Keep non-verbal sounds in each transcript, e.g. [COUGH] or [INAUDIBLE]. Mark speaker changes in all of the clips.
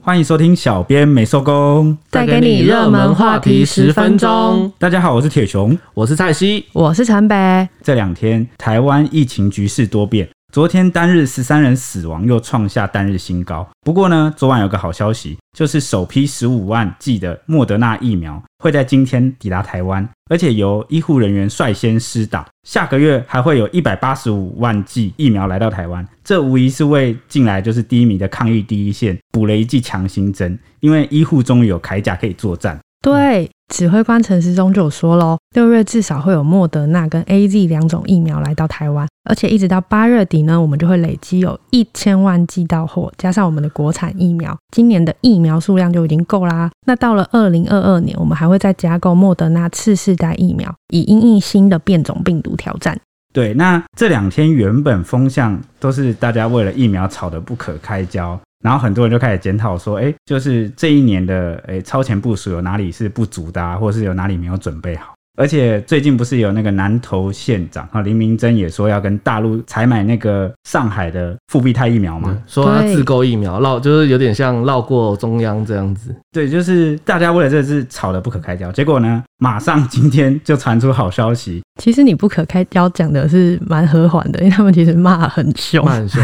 Speaker 1: 欢迎收听小编没收工。
Speaker 2: 带给你热门话题十分钟。
Speaker 1: 大家好，我是铁熊。
Speaker 2: 我是蔡西，
Speaker 3: 我是陈北，
Speaker 1: 这两天台湾疫情局势多变，昨天单日十三人死亡又创下单日新高。不过呢，昨晚有个好消息，就是首批十五万剂的莫德纳疫苗会在今天抵达台湾，而且由医护人员率先施打。下个月还会有一百八十五万剂疫苗来到台湾，这无疑是为近来就是低迷的抗疫第一线补了一剂强心针，因为医护终于有铠甲可以作战。
Speaker 3: 对，指挥官陈时中就有说喽，六月至少会有莫德纳跟 A Z 两种疫苗来到台湾，而且一直到八月底呢，我们就会累积有一千万剂到货，加上我们的国产疫苗，今年的疫苗数量就已经够啦。那到了二零二二年，我们还会再加购莫德纳次世代疫苗，以应应新的变种病毒挑战。
Speaker 1: 对，那这两天原本风向都是大家为了疫苗吵得不可开交，然后很多人就开始检讨说，哎，就是这一年的哎超前部署有哪里是不足的、啊，或者是有哪里没有准备好。而且最近不是有那个南投县长啊林明珍也说要跟大陆采买那个上海的复必泰疫苗嘛？
Speaker 2: 嗯说他
Speaker 3: 对
Speaker 2: 自购疫苗，绕就是有点像绕过中央这样子。
Speaker 1: 对，就是大家为了这事吵得不可开交，结果呢，马上今天就传出好消息，
Speaker 3: 其实你不可开交讲的是蛮和缓的，因为他们其实骂很
Speaker 1: 哦
Speaker 2: [LAUGHS]
Speaker 3: 凶，
Speaker 2: 骂很
Speaker 1: [LAUGHS]
Speaker 2: 凶，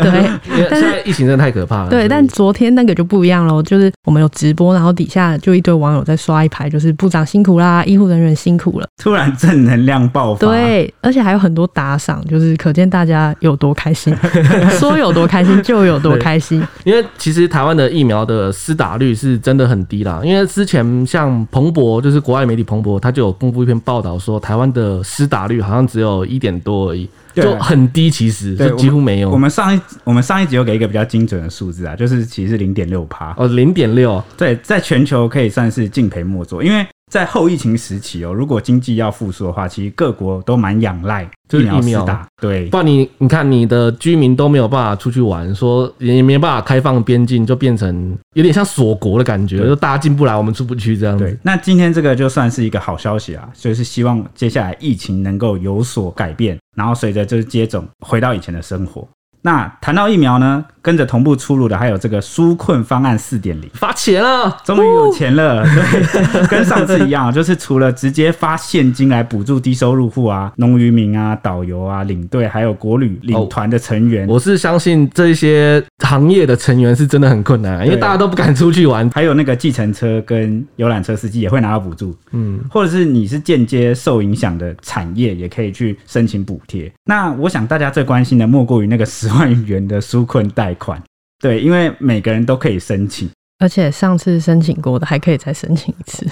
Speaker 3: 对。
Speaker 2: 因为
Speaker 3: 但
Speaker 2: 现
Speaker 3: 是
Speaker 2: 在疫情真的太可怕了。所
Speaker 3: 对，
Speaker 2: 以
Speaker 3: 但昨天那个就不一样喽，就是我们有直播，然后底下就一堆网友在刷一排，就是部长辛苦啦，医护人员辛苦了，
Speaker 1: 突然正能量爆发。
Speaker 3: 对，而且还有很多打赏，就是可见大家有多开心，
Speaker 2: [LAUGHS]
Speaker 3: 说有多开心就有多开心，
Speaker 2: 因为其实台湾的疫苗的施打率是真的很低啦。因为之前像彭博，就是国外媒体彭博，他就有公布一篇报道说，台湾的施打率好像只有一点多而已，
Speaker 1: 对
Speaker 2: 就很低，其实
Speaker 1: 对
Speaker 2: 就几乎没
Speaker 1: 我
Speaker 2: 有。
Speaker 1: 们上一我们上一集有给一个比较精准的数字啊，就是其实是零点六趴，
Speaker 2: 哦，零点六，
Speaker 1: 对，在全球可以算是敬陪末座，因为在后疫情时期哦，如果经济要复苏的话，其实各国都蛮仰赖
Speaker 2: 就是疫苗嗯
Speaker 1: 施打，对
Speaker 2: 不然你你看你的居民都没有办法出去玩，说也没办法开放边境，就变成有点像锁国的感觉，就大家进不来，我们出不去这样
Speaker 1: 对
Speaker 2: 子。。
Speaker 1: 那今天这个就算是一个好消息啊，就是希望接下来疫情能够有所改变，然后随着就是接种回到以前的生活。那谈到疫苗呢，跟着同步出炉的还有这个纾困方案四点零。
Speaker 2: 发钱了，
Speaker 1: 终于有钱了，对， [LAUGHS] 跟上次一样，就是除了直接发现金来补助低收入户啊、农渔民啊、导游啊、领队，还有国旅领团的成员，
Speaker 2: 我是相信这些行业的成员是真的很困难，啊因为
Speaker 1: 对啊
Speaker 2: 大家都不敢出去玩。
Speaker 1: 还有那个计程车跟游览车司机也会拿到补助，
Speaker 2: 嗯，
Speaker 1: 或者是你是间接受影响的产业，也可以去申请补贴。那我想大家最关心的莫过于那个十万元的纾困贷款，对，因为每个人都可以申请。
Speaker 3: 而且上次申请过的还可以再申请一次，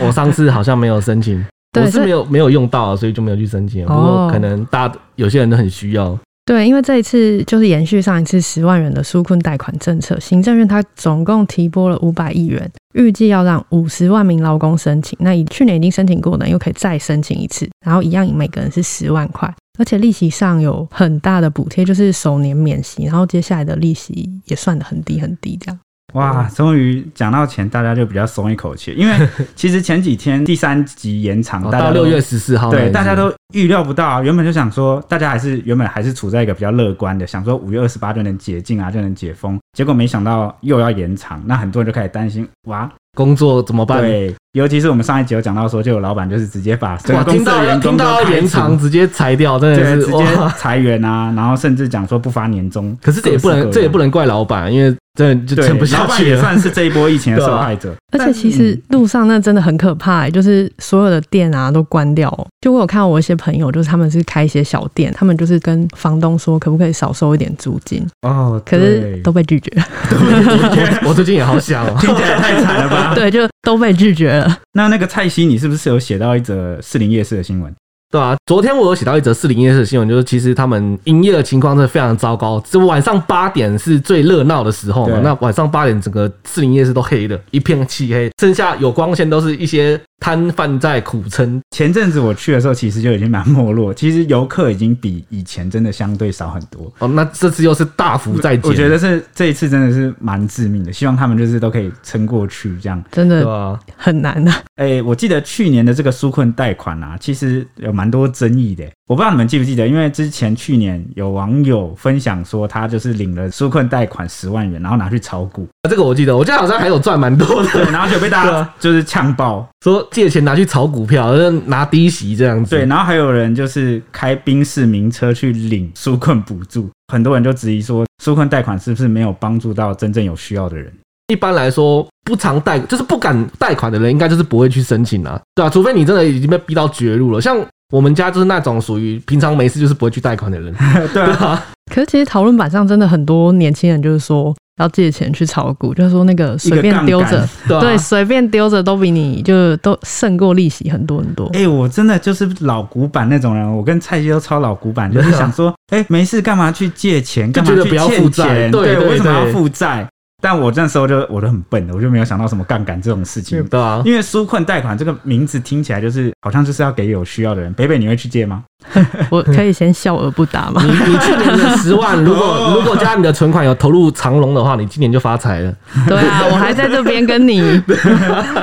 Speaker 2: 我上次好像没有申请，
Speaker 3: [LAUGHS] 对
Speaker 2: 我是
Speaker 3: 所以
Speaker 2: 没有没有用到啊，所以就没有去申请。不过
Speaker 3: 哦
Speaker 2: 可能大家有些人都很需要，
Speaker 3: 对，因为这一次就是延续上一次十万元的纾困贷款政策，行政院它总共提拨了五百亿元，预计要让五十万名劳工申请。那以去年已经申请过的，又可以再申请一次，然后一样每个人是十万块，而且利息上有很大的补贴，就是首年免息，然后接下来的利息也算得很低很低这样。
Speaker 1: 哇，
Speaker 2: 嗯
Speaker 1: 终于讲到钱，大家就比较松一口气，因
Speaker 2: [LAUGHS]
Speaker 1: 为其实前几天第三集延长，嗯
Speaker 2: 哦
Speaker 1: 大家
Speaker 2: 到
Speaker 1: 都
Speaker 2: 六月十四号那一
Speaker 1: 对，
Speaker 2: 次，
Speaker 1: 大家都预料不到啊。原本就想说，大家还是原本还是处在一个比较乐观的，想说五月二十八就能解禁啊，就能解封。结果没想到又要延长，那很多人就开始担心，哇，
Speaker 2: 工作怎么办？
Speaker 1: 对，尤其是我们上一集有讲到说，就有老板就是直接把整
Speaker 2: 哇，
Speaker 1: 个公
Speaker 2: 听
Speaker 1: 司
Speaker 2: 到
Speaker 1: 的
Speaker 2: 要
Speaker 1: 员
Speaker 2: 听
Speaker 1: 工
Speaker 2: 到
Speaker 1: 都
Speaker 2: 要
Speaker 1: 排
Speaker 2: 延长，
Speaker 1: 除，
Speaker 2: 直接裁掉，真
Speaker 1: 对，
Speaker 2: 的
Speaker 1: 直
Speaker 2: 是
Speaker 1: 接
Speaker 2: 哇！
Speaker 1: 裁员啊，然后甚至讲说不发年终。
Speaker 2: 可是这也不
Speaker 1: 各式各
Speaker 2: 能，
Speaker 1: 样
Speaker 2: 这也不能怪老板，因为真的就
Speaker 1: 对，
Speaker 2: [LAUGHS] 撑不
Speaker 1: 老
Speaker 2: 下
Speaker 1: 板
Speaker 2: 去
Speaker 1: 也
Speaker 2: 了。啊
Speaker 1: 算是这一波疫情的受害
Speaker 2: [LAUGHS]
Speaker 1: 者。嗯
Speaker 3: 而且其实路上那真的很可怕、欸，就是所有的店啊都关掉、哦。就我有看到我一些朋友，就是他们是开一些小店，他们就是跟房东说可不可以少收一点租金，
Speaker 1: 哦，
Speaker 3: 可是都被拒绝了。
Speaker 2: [LAUGHS] 我我最近也好想哦，
Speaker 1: 听起来太惨了吧？
Speaker 3: [LAUGHS] 对，就都被拒绝了。
Speaker 1: 那那个蔡西，你是不是有写到一则士林夜市的新闻？
Speaker 2: 对啊，昨天我有写到一则四零夜市的新闻，就是其实他们营业的情况真的非常糟糕。这晚上八点是最热闹的时候嘛
Speaker 1: 对，
Speaker 2: 那晚上八点整个四零夜市都黑的，一片漆黑，剩下有光线都是一些摊贩在苦撑。
Speaker 1: 前阵子我去的时候，其实就已经蛮没落，其实游客已经比以前真的相对少很多。
Speaker 2: 哦，那这次又是大幅在减，
Speaker 1: 我觉得是这一次真的是蛮致命的，希望他们就是都可以撑过去这样。
Speaker 3: 真
Speaker 2: 对
Speaker 3: 的
Speaker 2: 吧？
Speaker 3: 很难啊。
Speaker 1: 哎、我记得去年的这个纾困贷款啊，其实有蛮多争议的。我不知道你们记不记得，因为之前去年有网友分享说，他就是领了纾困贷款十万元，然后拿去炒股，
Speaker 2: 啊这个我记得，我记得好像还有赚蛮多
Speaker 1: 对
Speaker 2: 的，，
Speaker 1: 然后就被大
Speaker 2: 哦对
Speaker 1: 家
Speaker 2: 啊
Speaker 1: 就是呛爆。
Speaker 2: 说借钱拿去炒股票，就是拿低息这样子。
Speaker 1: 对，然后还有人就是开宾士名车去领纾困补助，很多人就质疑说，纾困贷款是不是没有帮助到真正有需要的人？ [LAUGHS]
Speaker 2: 一般来说，不常贷，就是不敢贷款的人，应该就是不会去申请啦、对啊，除非你真的已经被逼到绝路了。像我们家就是那种属于平常没事就是不会去贷款的 [LAUGHS] 人，
Speaker 1: 对
Speaker 2: 对
Speaker 1: 啊，
Speaker 2: 啊，
Speaker 3: 可是其实讨论板上真的很多年轻人就是说要借钱去炒股，就是说那个
Speaker 1: 一
Speaker 3: 随
Speaker 1: 个
Speaker 3: 便
Speaker 1: 杠
Speaker 3: 丢
Speaker 1: 杆
Speaker 3: 着，。
Speaker 2: 对啊，
Speaker 3: 对，随便丢着都比你就都胜过利息很多很多。
Speaker 1: 哎、我真的就是老古板那种人，我跟蔡希都超老古板，就是
Speaker 2: 真的啊
Speaker 1: 想说，哎、没事干嘛去借钱，
Speaker 2: 就
Speaker 1: 干嘛
Speaker 2: 觉得
Speaker 1: 去
Speaker 2: 不要
Speaker 1: 欠
Speaker 2: 负债
Speaker 1: 钱对，
Speaker 2: 对对
Speaker 1: 为什么要
Speaker 2: 对
Speaker 1: 负债？但我那时候就我都很笨的，我就没有想到什么杠杆这种事情。
Speaker 2: 对啊，
Speaker 1: 因为纾困贷款这个名字听起来就是好像就是要给有需要的人。北北，你会去借吗？ [LAUGHS]
Speaker 3: 我可以先笑而不答吗？
Speaker 2: 你你去年的十万， [LAUGHS] 如果如果加你的存款有投入长隆的话，你今年就发财了。
Speaker 3: 对啊，我还在这边
Speaker 1: [LAUGHS]
Speaker 3: 跟你，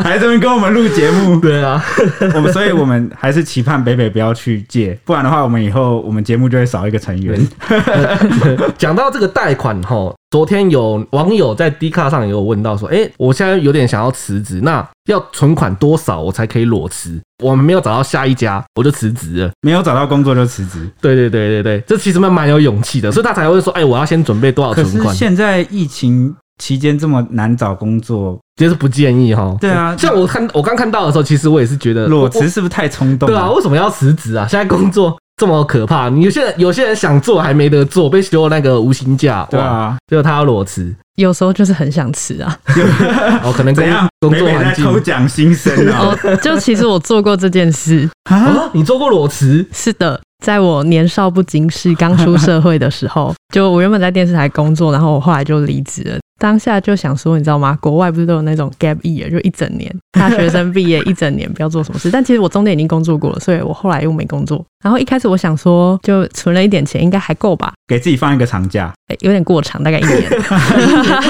Speaker 1: 还在这边跟我们录节目，
Speaker 2: 对啊，
Speaker 1: [LAUGHS] 我们所以我们还是期盼北北不要去借，不然的话，我们以后我们节目就会少一个成员。
Speaker 2: [LAUGHS] 讲到这个贷款哈，昨天有网友在 D 卡上也有问到说，哎、我现在有点想要辞职，那要存款多少我才可以裸辞？我们没有找到下一家，我就辞职了。
Speaker 1: 没有找到工作就辞职。
Speaker 2: 对对对对对，这其实蛮蛮有勇气的，所以他才会说，哎、我要先准备多少
Speaker 1: 可
Speaker 2: 存
Speaker 1: 是
Speaker 2: 款，
Speaker 1: 现在疫情期间这么难找工作，
Speaker 2: 就是不建议哈。
Speaker 1: 对啊
Speaker 2: 像我看我刚看到的时候，其实我也是觉得
Speaker 1: 裸
Speaker 2: 呃我
Speaker 1: 辞是不是太冲动
Speaker 2: 对
Speaker 1: 了、
Speaker 2: 啊，为什么要辞职啊？现在工作这么可怕，你有些人有些人想做还没得做，被休那个无薪假，
Speaker 1: 对
Speaker 2: 哇， [LAUGHS]
Speaker 1: 啊，
Speaker 2: 就他要裸
Speaker 1: [LAUGHS]
Speaker 2: 辞，
Speaker 3: 有时候就是很想吃啊。
Speaker 2: 哦，可能工
Speaker 1: 怎样？
Speaker 2: 工
Speaker 1: 北
Speaker 2: 作
Speaker 1: 北在
Speaker 2: 环境。
Speaker 1: 偷讲心声啊！
Speaker 3: 哦，就其实我做过这件事，
Speaker 1: 啊，
Speaker 2: 啊，你做过裸辞？
Speaker 3: 是的。在我年少不经事、刚出社会的时候，就我原本在电视台工作，然后我后来就离职了。当下就想说，你知道吗？国外不是都有那种 gap year，就一整年，大学生毕业一整年不要做什么事。但其实我中间已经工作过了，所以我后来又没工作。然后一开始我想说，就存了一点钱，应该还够吧、
Speaker 1: 给自己放一个长假，
Speaker 3: 诶有点过长，大概一年。
Speaker 2: 哎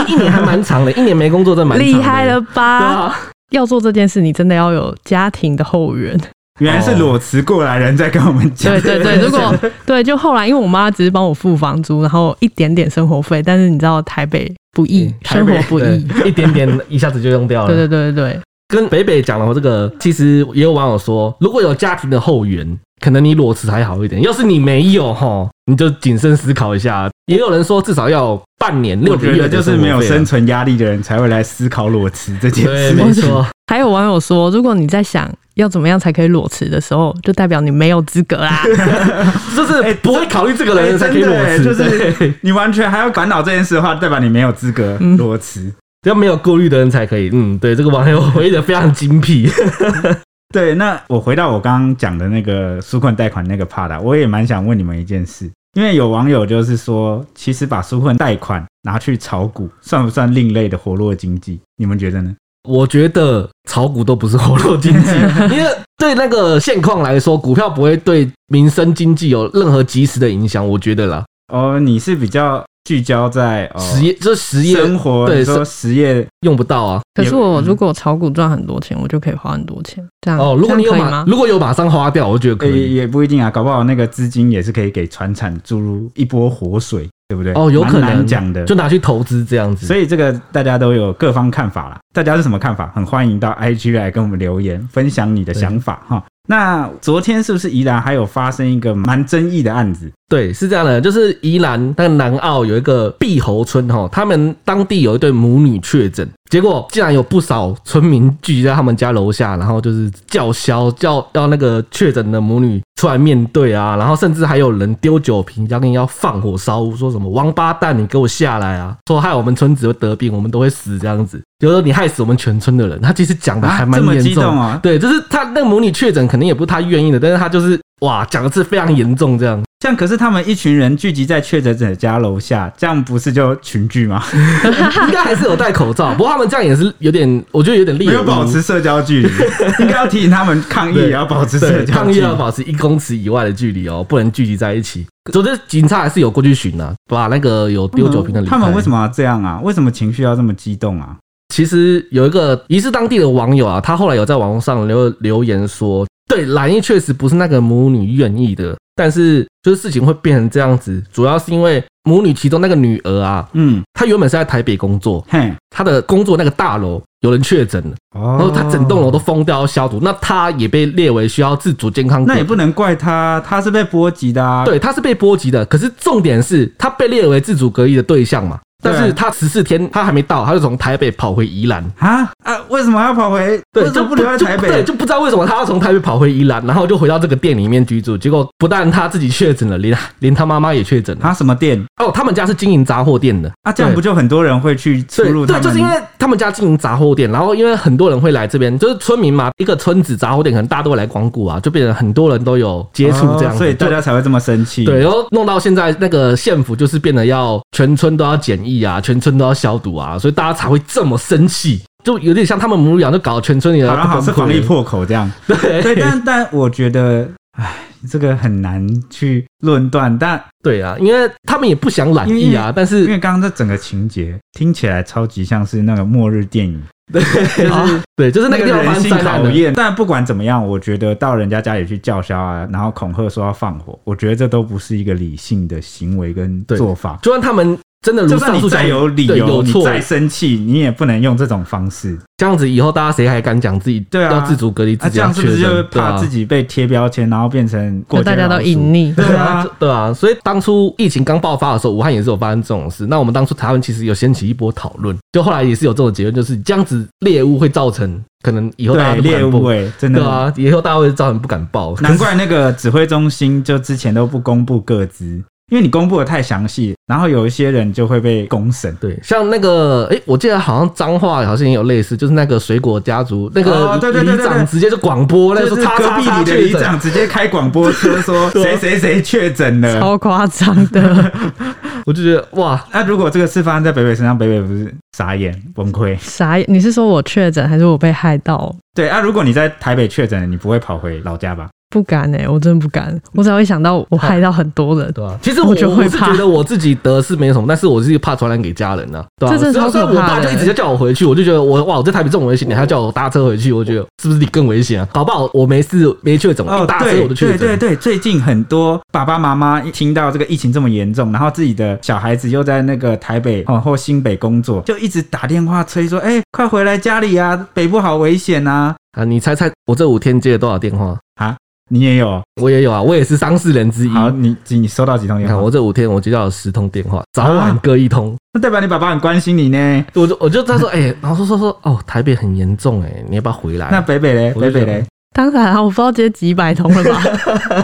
Speaker 2: 一年还蛮长的，一年没工作真的蛮长的
Speaker 3: 厉害了。吧？
Speaker 2: 对啊，
Speaker 3: 要做这件事，你真的要有家庭的后援。
Speaker 1: 原来是
Speaker 2: 哦
Speaker 1: 裸辞过来人在跟我们讲。
Speaker 3: 对对对，
Speaker 1: [LAUGHS]
Speaker 3: 如果对，就后来因为我妈只是帮我付房租，然后一点点生活费，但是你知道台北不易，
Speaker 1: 嗯台
Speaker 3: 生
Speaker 1: 北
Speaker 3: 活不易。
Speaker 2: 对，一点点一下子就用掉了。
Speaker 3: 对对对对对，
Speaker 2: 跟北北讲了这个，其实也有网友说，如果有家庭的后援，可能你裸辞还好一点。要是你没有哈，你就谨慎思考一下。也有人说，至少要有半年六
Speaker 1: 我
Speaker 2: 个
Speaker 1: 觉
Speaker 2: 月
Speaker 1: 得
Speaker 2: 的
Speaker 1: 就是没有生
Speaker 2: 生活啊
Speaker 1: 存压力的人才会来思考裸辞这件
Speaker 2: 费啊。对，
Speaker 1: 事。
Speaker 2: 没错，
Speaker 3: 还有网友说，如果你在想要怎么样才可以裸辞的时候，就代表你没有资格啊
Speaker 1: [LAUGHS]
Speaker 3: 啦。
Speaker 2: 就是不会考虑这个
Speaker 1: 哎
Speaker 2: 人才可以
Speaker 1: 真
Speaker 2: 裸
Speaker 1: 的哎
Speaker 2: 辞，
Speaker 1: 就是
Speaker 2: 对
Speaker 1: 你完全还要烦恼这件事的话，代表你没有资格
Speaker 3: 嗯
Speaker 1: 裸辞。
Speaker 2: 要没有顾虑的人才可以。嗯，对，这个网友回的非常精辟。
Speaker 1: 对，那我回到我刚刚讲的那个纾困贷款那个 part，、啊、我也蛮想问你们一件事，因为有网友就是说，其实把纾困贷款拿去炒股，算不算另类的活络经济？你们觉得呢？
Speaker 2: 我觉得炒股都不是活络经济，因为对那个现况来说，股票不会对民生经济有任何及时的影响。我觉得啦，
Speaker 1: 哦，你是比较聚焦在、哦、
Speaker 2: 实业这实业
Speaker 1: 生活，
Speaker 2: 对
Speaker 1: 你说
Speaker 2: 哦
Speaker 1: 实业
Speaker 2: 用不到啊。
Speaker 3: 可是
Speaker 1: 嗯
Speaker 3: 我如果炒股赚很多钱，我就可以花很多钱，这样
Speaker 2: 哦，如果你
Speaker 3: 这
Speaker 2: 有
Speaker 3: 样可以
Speaker 2: 马
Speaker 3: 吗？
Speaker 2: 如果有马上花掉，我觉得可
Speaker 1: 也
Speaker 2: 以。
Speaker 1: 也不一定啊，搞不好那个资金也是可以给船产注入一波活水，对不对？
Speaker 2: 哦，有可
Speaker 1: 蛮
Speaker 2: 能
Speaker 1: 难讲的，
Speaker 2: 就拿去投资这样子。
Speaker 1: 嗯所
Speaker 2: 以
Speaker 1: 以这个大家都有各方看法啦，大家是什么看法？很欢迎到 IG 来跟我们留言，分享你的想法哈。那昨天是不是宜兰还有发生一个蛮争议的案子？
Speaker 2: 对，是这样的，就是宜兰但南澳有一个碧侯村哈，他们当地有一对母女确诊，结果竟然有不少村民聚集在他们家楼下，啊然后就是叫嚣叫要那个确诊的母女出来面对啊，然后甚至还有人丢酒瓶，要跟要放火烧屋，说什么王八蛋你给我下来啊，说害我们村子会得病，我们都会死这样子。有时候你害死我们全村的人。他其实讲的还
Speaker 1: 啊，[LAUGHS]
Speaker 2: 蛮
Speaker 1: 这么
Speaker 2: 严
Speaker 1: 激
Speaker 2: 重，
Speaker 1: 动啊！
Speaker 2: 对，就是他那个母女确诊肯定也不是他愿意的，但是他就是哇讲的是非常严重这样。
Speaker 1: 这样可是他们一群人聚集在确诊者家楼下，这样不是就群聚
Speaker 2: [LAUGHS]
Speaker 1: 吗？
Speaker 2: 应该还是有戴口 [LAUGHS] 罩，不过他们这样也是有点，我觉得有点力
Speaker 1: 没有保持社交距
Speaker 2: [LAUGHS]
Speaker 1: 离，应该要提醒他们抗议
Speaker 2: 对
Speaker 1: 也要保持社
Speaker 2: 对
Speaker 1: 交
Speaker 2: 抗议
Speaker 1: 距离嗯
Speaker 2: 要。保持一公尺以外的距离哦，不能聚集在一起。总之，警察还是有过去巡啊，把那个有丢酒瓶的离开
Speaker 1: 嗯他们为什么要这样啊？为什么情绪要这么激动啊？
Speaker 2: 其实有一个疑似当地的网友啊，他后来有在网络上留留言说，对，蓝衣确实不是那个母女愿意的，但是就是事情会变成这样子，主要是因为母女其中那个女儿啊，
Speaker 1: 嗯，
Speaker 2: 她原本是在台北工作，
Speaker 1: 嘿，
Speaker 2: 她的工作那个大楼有人确诊了，
Speaker 1: 哦
Speaker 2: 然后她整栋楼都封掉要消毒，那她也被列为需要自主健康管
Speaker 1: 那
Speaker 2: 理，
Speaker 1: 也不能怪他，他是被波及的啊。，
Speaker 2: 对，她是被波及的，可是重点是她被列为自主隔离的对象嘛，但
Speaker 1: 对
Speaker 2: 是
Speaker 1: 啊
Speaker 2: 她十四天她还没到，她就从台北跑回宜兰。
Speaker 1: 啊啊，为什么要跑回？为
Speaker 2: 对，
Speaker 1: 什
Speaker 2: 就
Speaker 1: 么不留在
Speaker 2: 就
Speaker 1: 台
Speaker 2: 对，
Speaker 1: 北？
Speaker 2: 就不知道为什么他要从台北跑回宜兰，然后就回到这个店里面居住。结果不但他自己确诊了，连连他妈妈也确诊了。
Speaker 1: 他啊什么店
Speaker 2: 哦，他们家是经营杂货店的
Speaker 1: 啊？这样不
Speaker 2: 对
Speaker 1: 就很多人会去出入
Speaker 2: 对
Speaker 1: 他们？
Speaker 2: 对，就是因为他们家经营杂货店，然后因为很多人会来这边，就是村民嘛，一个村子杂货店可能大家都会来光顾啊，就变成很多人都有接触这样
Speaker 1: 哦
Speaker 2: 子，
Speaker 1: 所以大
Speaker 2: 就
Speaker 1: 家才会这么生气。
Speaker 2: 对，然后弄到现在，那个县府就是变得要全村都要检疫啊，全村都要消毒啊，所以大家才会这么生气，就有点像他们母女俩就搞全村里的
Speaker 1: 好了，好是
Speaker 2: 崩
Speaker 1: 防
Speaker 2: 溃
Speaker 1: 疫破口这样。
Speaker 2: 对
Speaker 1: 对，但但我觉得，唉，这个很难去论断。但
Speaker 2: 对啊，因为他们也不想染疫啊，但
Speaker 1: 因
Speaker 2: 是
Speaker 1: 为刚刚这整个情节听起来超级像是那个末日电影，
Speaker 3: 啊
Speaker 1: 就是
Speaker 2: 啊对，就是那个
Speaker 1: 个
Speaker 2: 地方
Speaker 1: 人
Speaker 2: 发生
Speaker 1: 性
Speaker 2: 灾难
Speaker 1: 考
Speaker 2: 了。
Speaker 1: 验。但不管怎么样，我觉得到人家家里去叫嚣啊，然后恐吓说要放火，我觉得这都不是一个理性的行为跟
Speaker 2: 对
Speaker 1: 做法。
Speaker 2: 就算他们真的如
Speaker 1: 就算
Speaker 2: 上
Speaker 1: 你
Speaker 2: 述
Speaker 1: 再
Speaker 2: 讲
Speaker 1: 有理
Speaker 2: 对
Speaker 1: 由，
Speaker 2: 有
Speaker 1: 你
Speaker 2: 错，
Speaker 1: 再生气，你也不能用这种方式。
Speaker 2: 这样子以后大家谁还敢讲自己
Speaker 1: 对啊
Speaker 2: 要自主隔离
Speaker 1: 那、
Speaker 2: 自己
Speaker 1: 这
Speaker 2: 要
Speaker 1: 样是
Speaker 2: 确
Speaker 1: 不是
Speaker 2: 诊？
Speaker 1: 就
Speaker 2: 对
Speaker 1: 怕
Speaker 2: 啊
Speaker 1: 自己被贴标签，然后变成过
Speaker 3: 就
Speaker 1: 街
Speaker 3: 大家都
Speaker 1: 老鼠
Speaker 3: 隐匿。
Speaker 1: [LAUGHS] 对
Speaker 2: 对
Speaker 1: 啊
Speaker 2: 啊，就，对啊，所以当初疫情刚爆发的时候，武汉也是有发生这种事。那我们当初台湾其实有掀起一波讨论，就后来也是有这种结论，就是这样子猎物会造成可能以后大家
Speaker 1: 对
Speaker 2: 都不
Speaker 1: 猎
Speaker 2: 敢
Speaker 1: 物
Speaker 2: 报，
Speaker 1: 哎，真
Speaker 2: 对
Speaker 1: 的。
Speaker 2: 啊，以后大家会造成不敢报。
Speaker 1: 难怪那个指挥中心就之前都不公布各资，因为你公布的太详细，然后有一些人就会被公审。
Speaker 2: 对，像那个，哎、我记得好像彰化好像也有类似，就是那个水果家族那个
Speaker 1: 哦对对对
Speaker 2: 里
Speaker 1: 对对
Speaker 2: 长直接就广播，那个
Speaker 1: 就
Speaker 2: 说
Speaker 1: 是
Speaker 2: 叉
Speaker 1: 隔
Speaker 2: 叉
Speaker 1: 壁
Speaker 2: 叉
Speaker 1: 里的
Speaker 2: 确
Speaker 1: 里
Speaker 2: 诊，啊
Speaker 1: 长直接开广播
Speaker 2: [LAUGHS]
Speaker 1: 车说谁谁谁确诊了。
Speaker 3: 超夸张的，
Speaker 1: [LAUGHS]
Speaker 2: 我就觉得哇，
Speaker 1: 那如果这个事发生在北北身上，北北不是傻眼崩溃？
Speaker 3: 傻眼！你是说我确诊还是我被害到？
Speaker 1: 对啊，如果你在台北确诊了，你不会跑回老家吧？
Speaker 3: 不敢哎、我真的不敢。我只要一想到我害到很多人，
Speaker 2: 对吧、其实
Speaker 3: 啊我
Speaker 2: 我
Speaker 3: 就
Speaker 2: 我
Speaker 3: 会
Speaker 2: 是
Speaker 3: 怕
Speaker 2: 觉得我自己得是没什么，但是我是怕传染给家人呐、啊，对吧、
Speaker 3: 这真的
Speaker 2: 所以
Speaker 3: 超可
Speaker 2: 所以我
Speaker 3: 怕
Speaker 2: 爸
Speaker 3: 的
Speaker 2: 就一直就叫我回去，我就觉得我哇，我在台北这么危险，你还要叫我搭车回去，我觉得是不是你更危险啊？搞不好我没事没确诊，我一搭车
Speaker 1: 对
Speaker 2: 我就
Speaker 1: 哦
Speaker 2: 确
Speaker 1: 对对
Speaker 2: 诊。
Speaker 1: 对，最近很多爸爸妈妈一听到这个疫情这么严重，然后自己的小孩子又在那个台北哦或新北工作，就一直打电话催说：“哎、快回来家里啊，北部好危险啊
Speaker 2: 啊，你猜猜我这五天接了多少电话？！”
Speaker 1: 你也有
Speaker 2: 我也有啊，我也是当事人之一。
Speaker 1: 好，你你收到几通
Speaker 2: 你
Speaker 1: 电
Speaker 2: 看
Speaker 1: 话？
Speaker 2: 哎我这五天我接到了十通电话，早晚
Speaker 1: 啊
Speaker 2: 各一通。
Speaker 1: 那代表你爸爸很关心你呢。
Speaker 2: 我就我就在说，哎、然后说说说，哦，台北很严重、哎，你要不要回来？
Speaker 1: 那北北嘞，
Speaker 2: 我
Speaker 1: 北
Speaker 2: 就
Speaker 1: 北
Speaker 2: 觉得
Speaker 1: 嘞，
Speaker 3: 当然啊，我不知道接几百通了吧？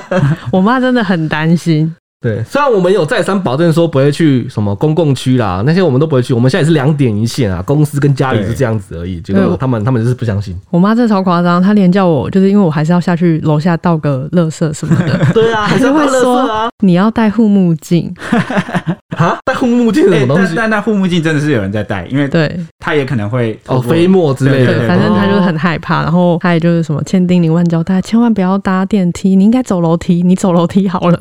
Speaker 2: [LAUGHS]
Speaker 3: 我妈真的很担心。
Speaker 2: 对，虽然我们有再三保证说不会去什么公共区啦，那些我们都不会去，我们现在是两点一线啊，公司跟家里
Speaker 1: 对
Speaker 2: 是这样子而已。结
Speaker 3: 对我
Speaker 2: 果他们他们就是不
Speaker 3: [LAUGHS]
Speaker 2: 相信，
Speaker 3: 我妈真的超夸张，她连叫我，就是因为我还是要下去楼下倒个垃圾什么的，
Speaker 2: 对啊， [LAUGHS] 还
Speaker 3: 是会说
Speaker 2: 啊，
Speaker 3: 你要戴护目镜。
Speaker 2: 啊，戴护目镜是
Speaker 1: 哎
Speaker 2: 什么东
Speaker 1: 但
Speaker 2: 西？
Speaker 1: 但那护目镜真的是有人在戴，因为
Speaker 3: 对
Speaker 1: 他也可能会
Speaker 2: 哦，飞
Speaker 1: [LAUGHS]
Speaker 2: 沫之类
Speaker 1: 对
Speaker 2: 的，
Speaker 3: 对，反正她就是
Speaker 2: 哦
Speaker 3: 很害怕，然后她也就是什么千叮咛万交代，千万不要搭电梯，你应该走楼梯，你走楼梯好了。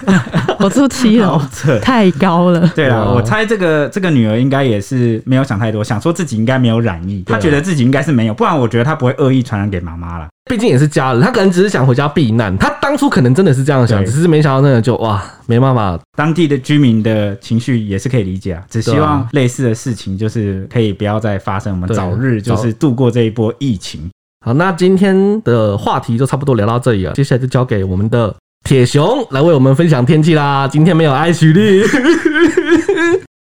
Speaker 2: [LAUGHS]
Speaker 3: 我住七楼
Speaker 1: 好，
Speaker 2: 哦
Speaker 1: 扯。
Speaker 3: 太高了。
Speaker 1: 对啦，
Speaker 2: 哇
Speaker 1: 我猜这个这个女儿应该也是没有想太多，想说自己应该没有染疫，
Speaker 2: 对啊
Speaker 1: 她觉得自己应该是没有，不然我觉得她不会恶意传染给妈妈啦。
Speaker 2: 毕竟也是家人，他可能只是想回家避难，他当初可能真的是这样想，
Speaker 1: 对
Speaker 2: 只是没想到那个就哇，没办法，
Speaker 1: 当地的居民的情绪也是可以理解啊，只希望类似的事情就是可以不要再发生，我们
Speaker 2: 对啊
Speaker 1: 早日就是度过这一波疫情。
Speaker 2: 好，那今天的话题就差不多聊到这里了，接下来就交给我们的铁熊来为我们分享天气啦。今天没有艾许丽，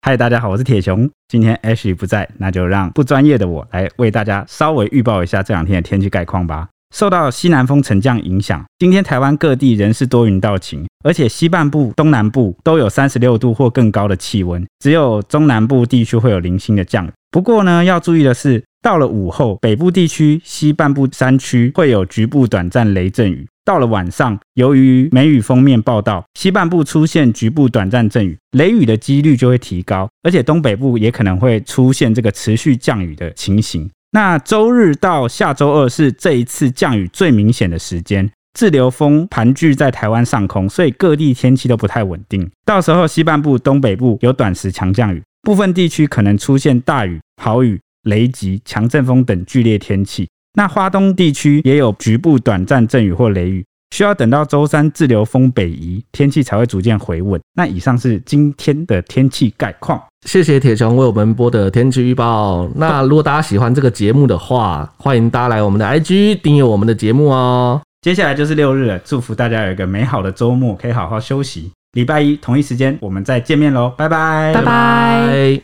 Speaker 1: 嗨，大家好，我是铁熊。今天 Ashley 不在，那就让不专业的我来为大家稍微预报一下这两天的天气概况吧。受到西南风沉降影响，今天台湾各地仍是多云到晴，而且西半部、东南部都有三十六度或更高的气温，只有中南部地区会有零星的降雨。不过呢，要注意的是，到了午后，北部地区、西半部山区会有局部短暂雷阵雨。到了晚上，由于梅雨封面报道，西半部出现局部短暂阵雨，雷雨的几率就会提高，而且东北部也可能会出现这个持续降雨的情形。那周日到下周二是这一次降雨最明显的时间。滞留风盘踞在台湾上空，所以各地天气都不太稳定。到时候西半部、东北部有短时强降雨，部分地区可能出现大雨、豪雨、雷击、强阵风等剧烈天气。那花东地区也有局部短暂阵雨或雷雨，需要等到周三滞留风北移，天气才会逐渐回稳。那以上是今天的天气概况。
Speaker 2: 谢谢铁熊为我们播的天气预报。那如果大家喜欢这个节目的话，欢迎大家来我们的 IG 订阅我们的节目哦。
Speaker 1: 接下来就是六日了，祝福大家有一个美好的周末，可以好好休息。礼拜一同一时间我们再见面喽，拜拜，
Speaker 3: 拜拜。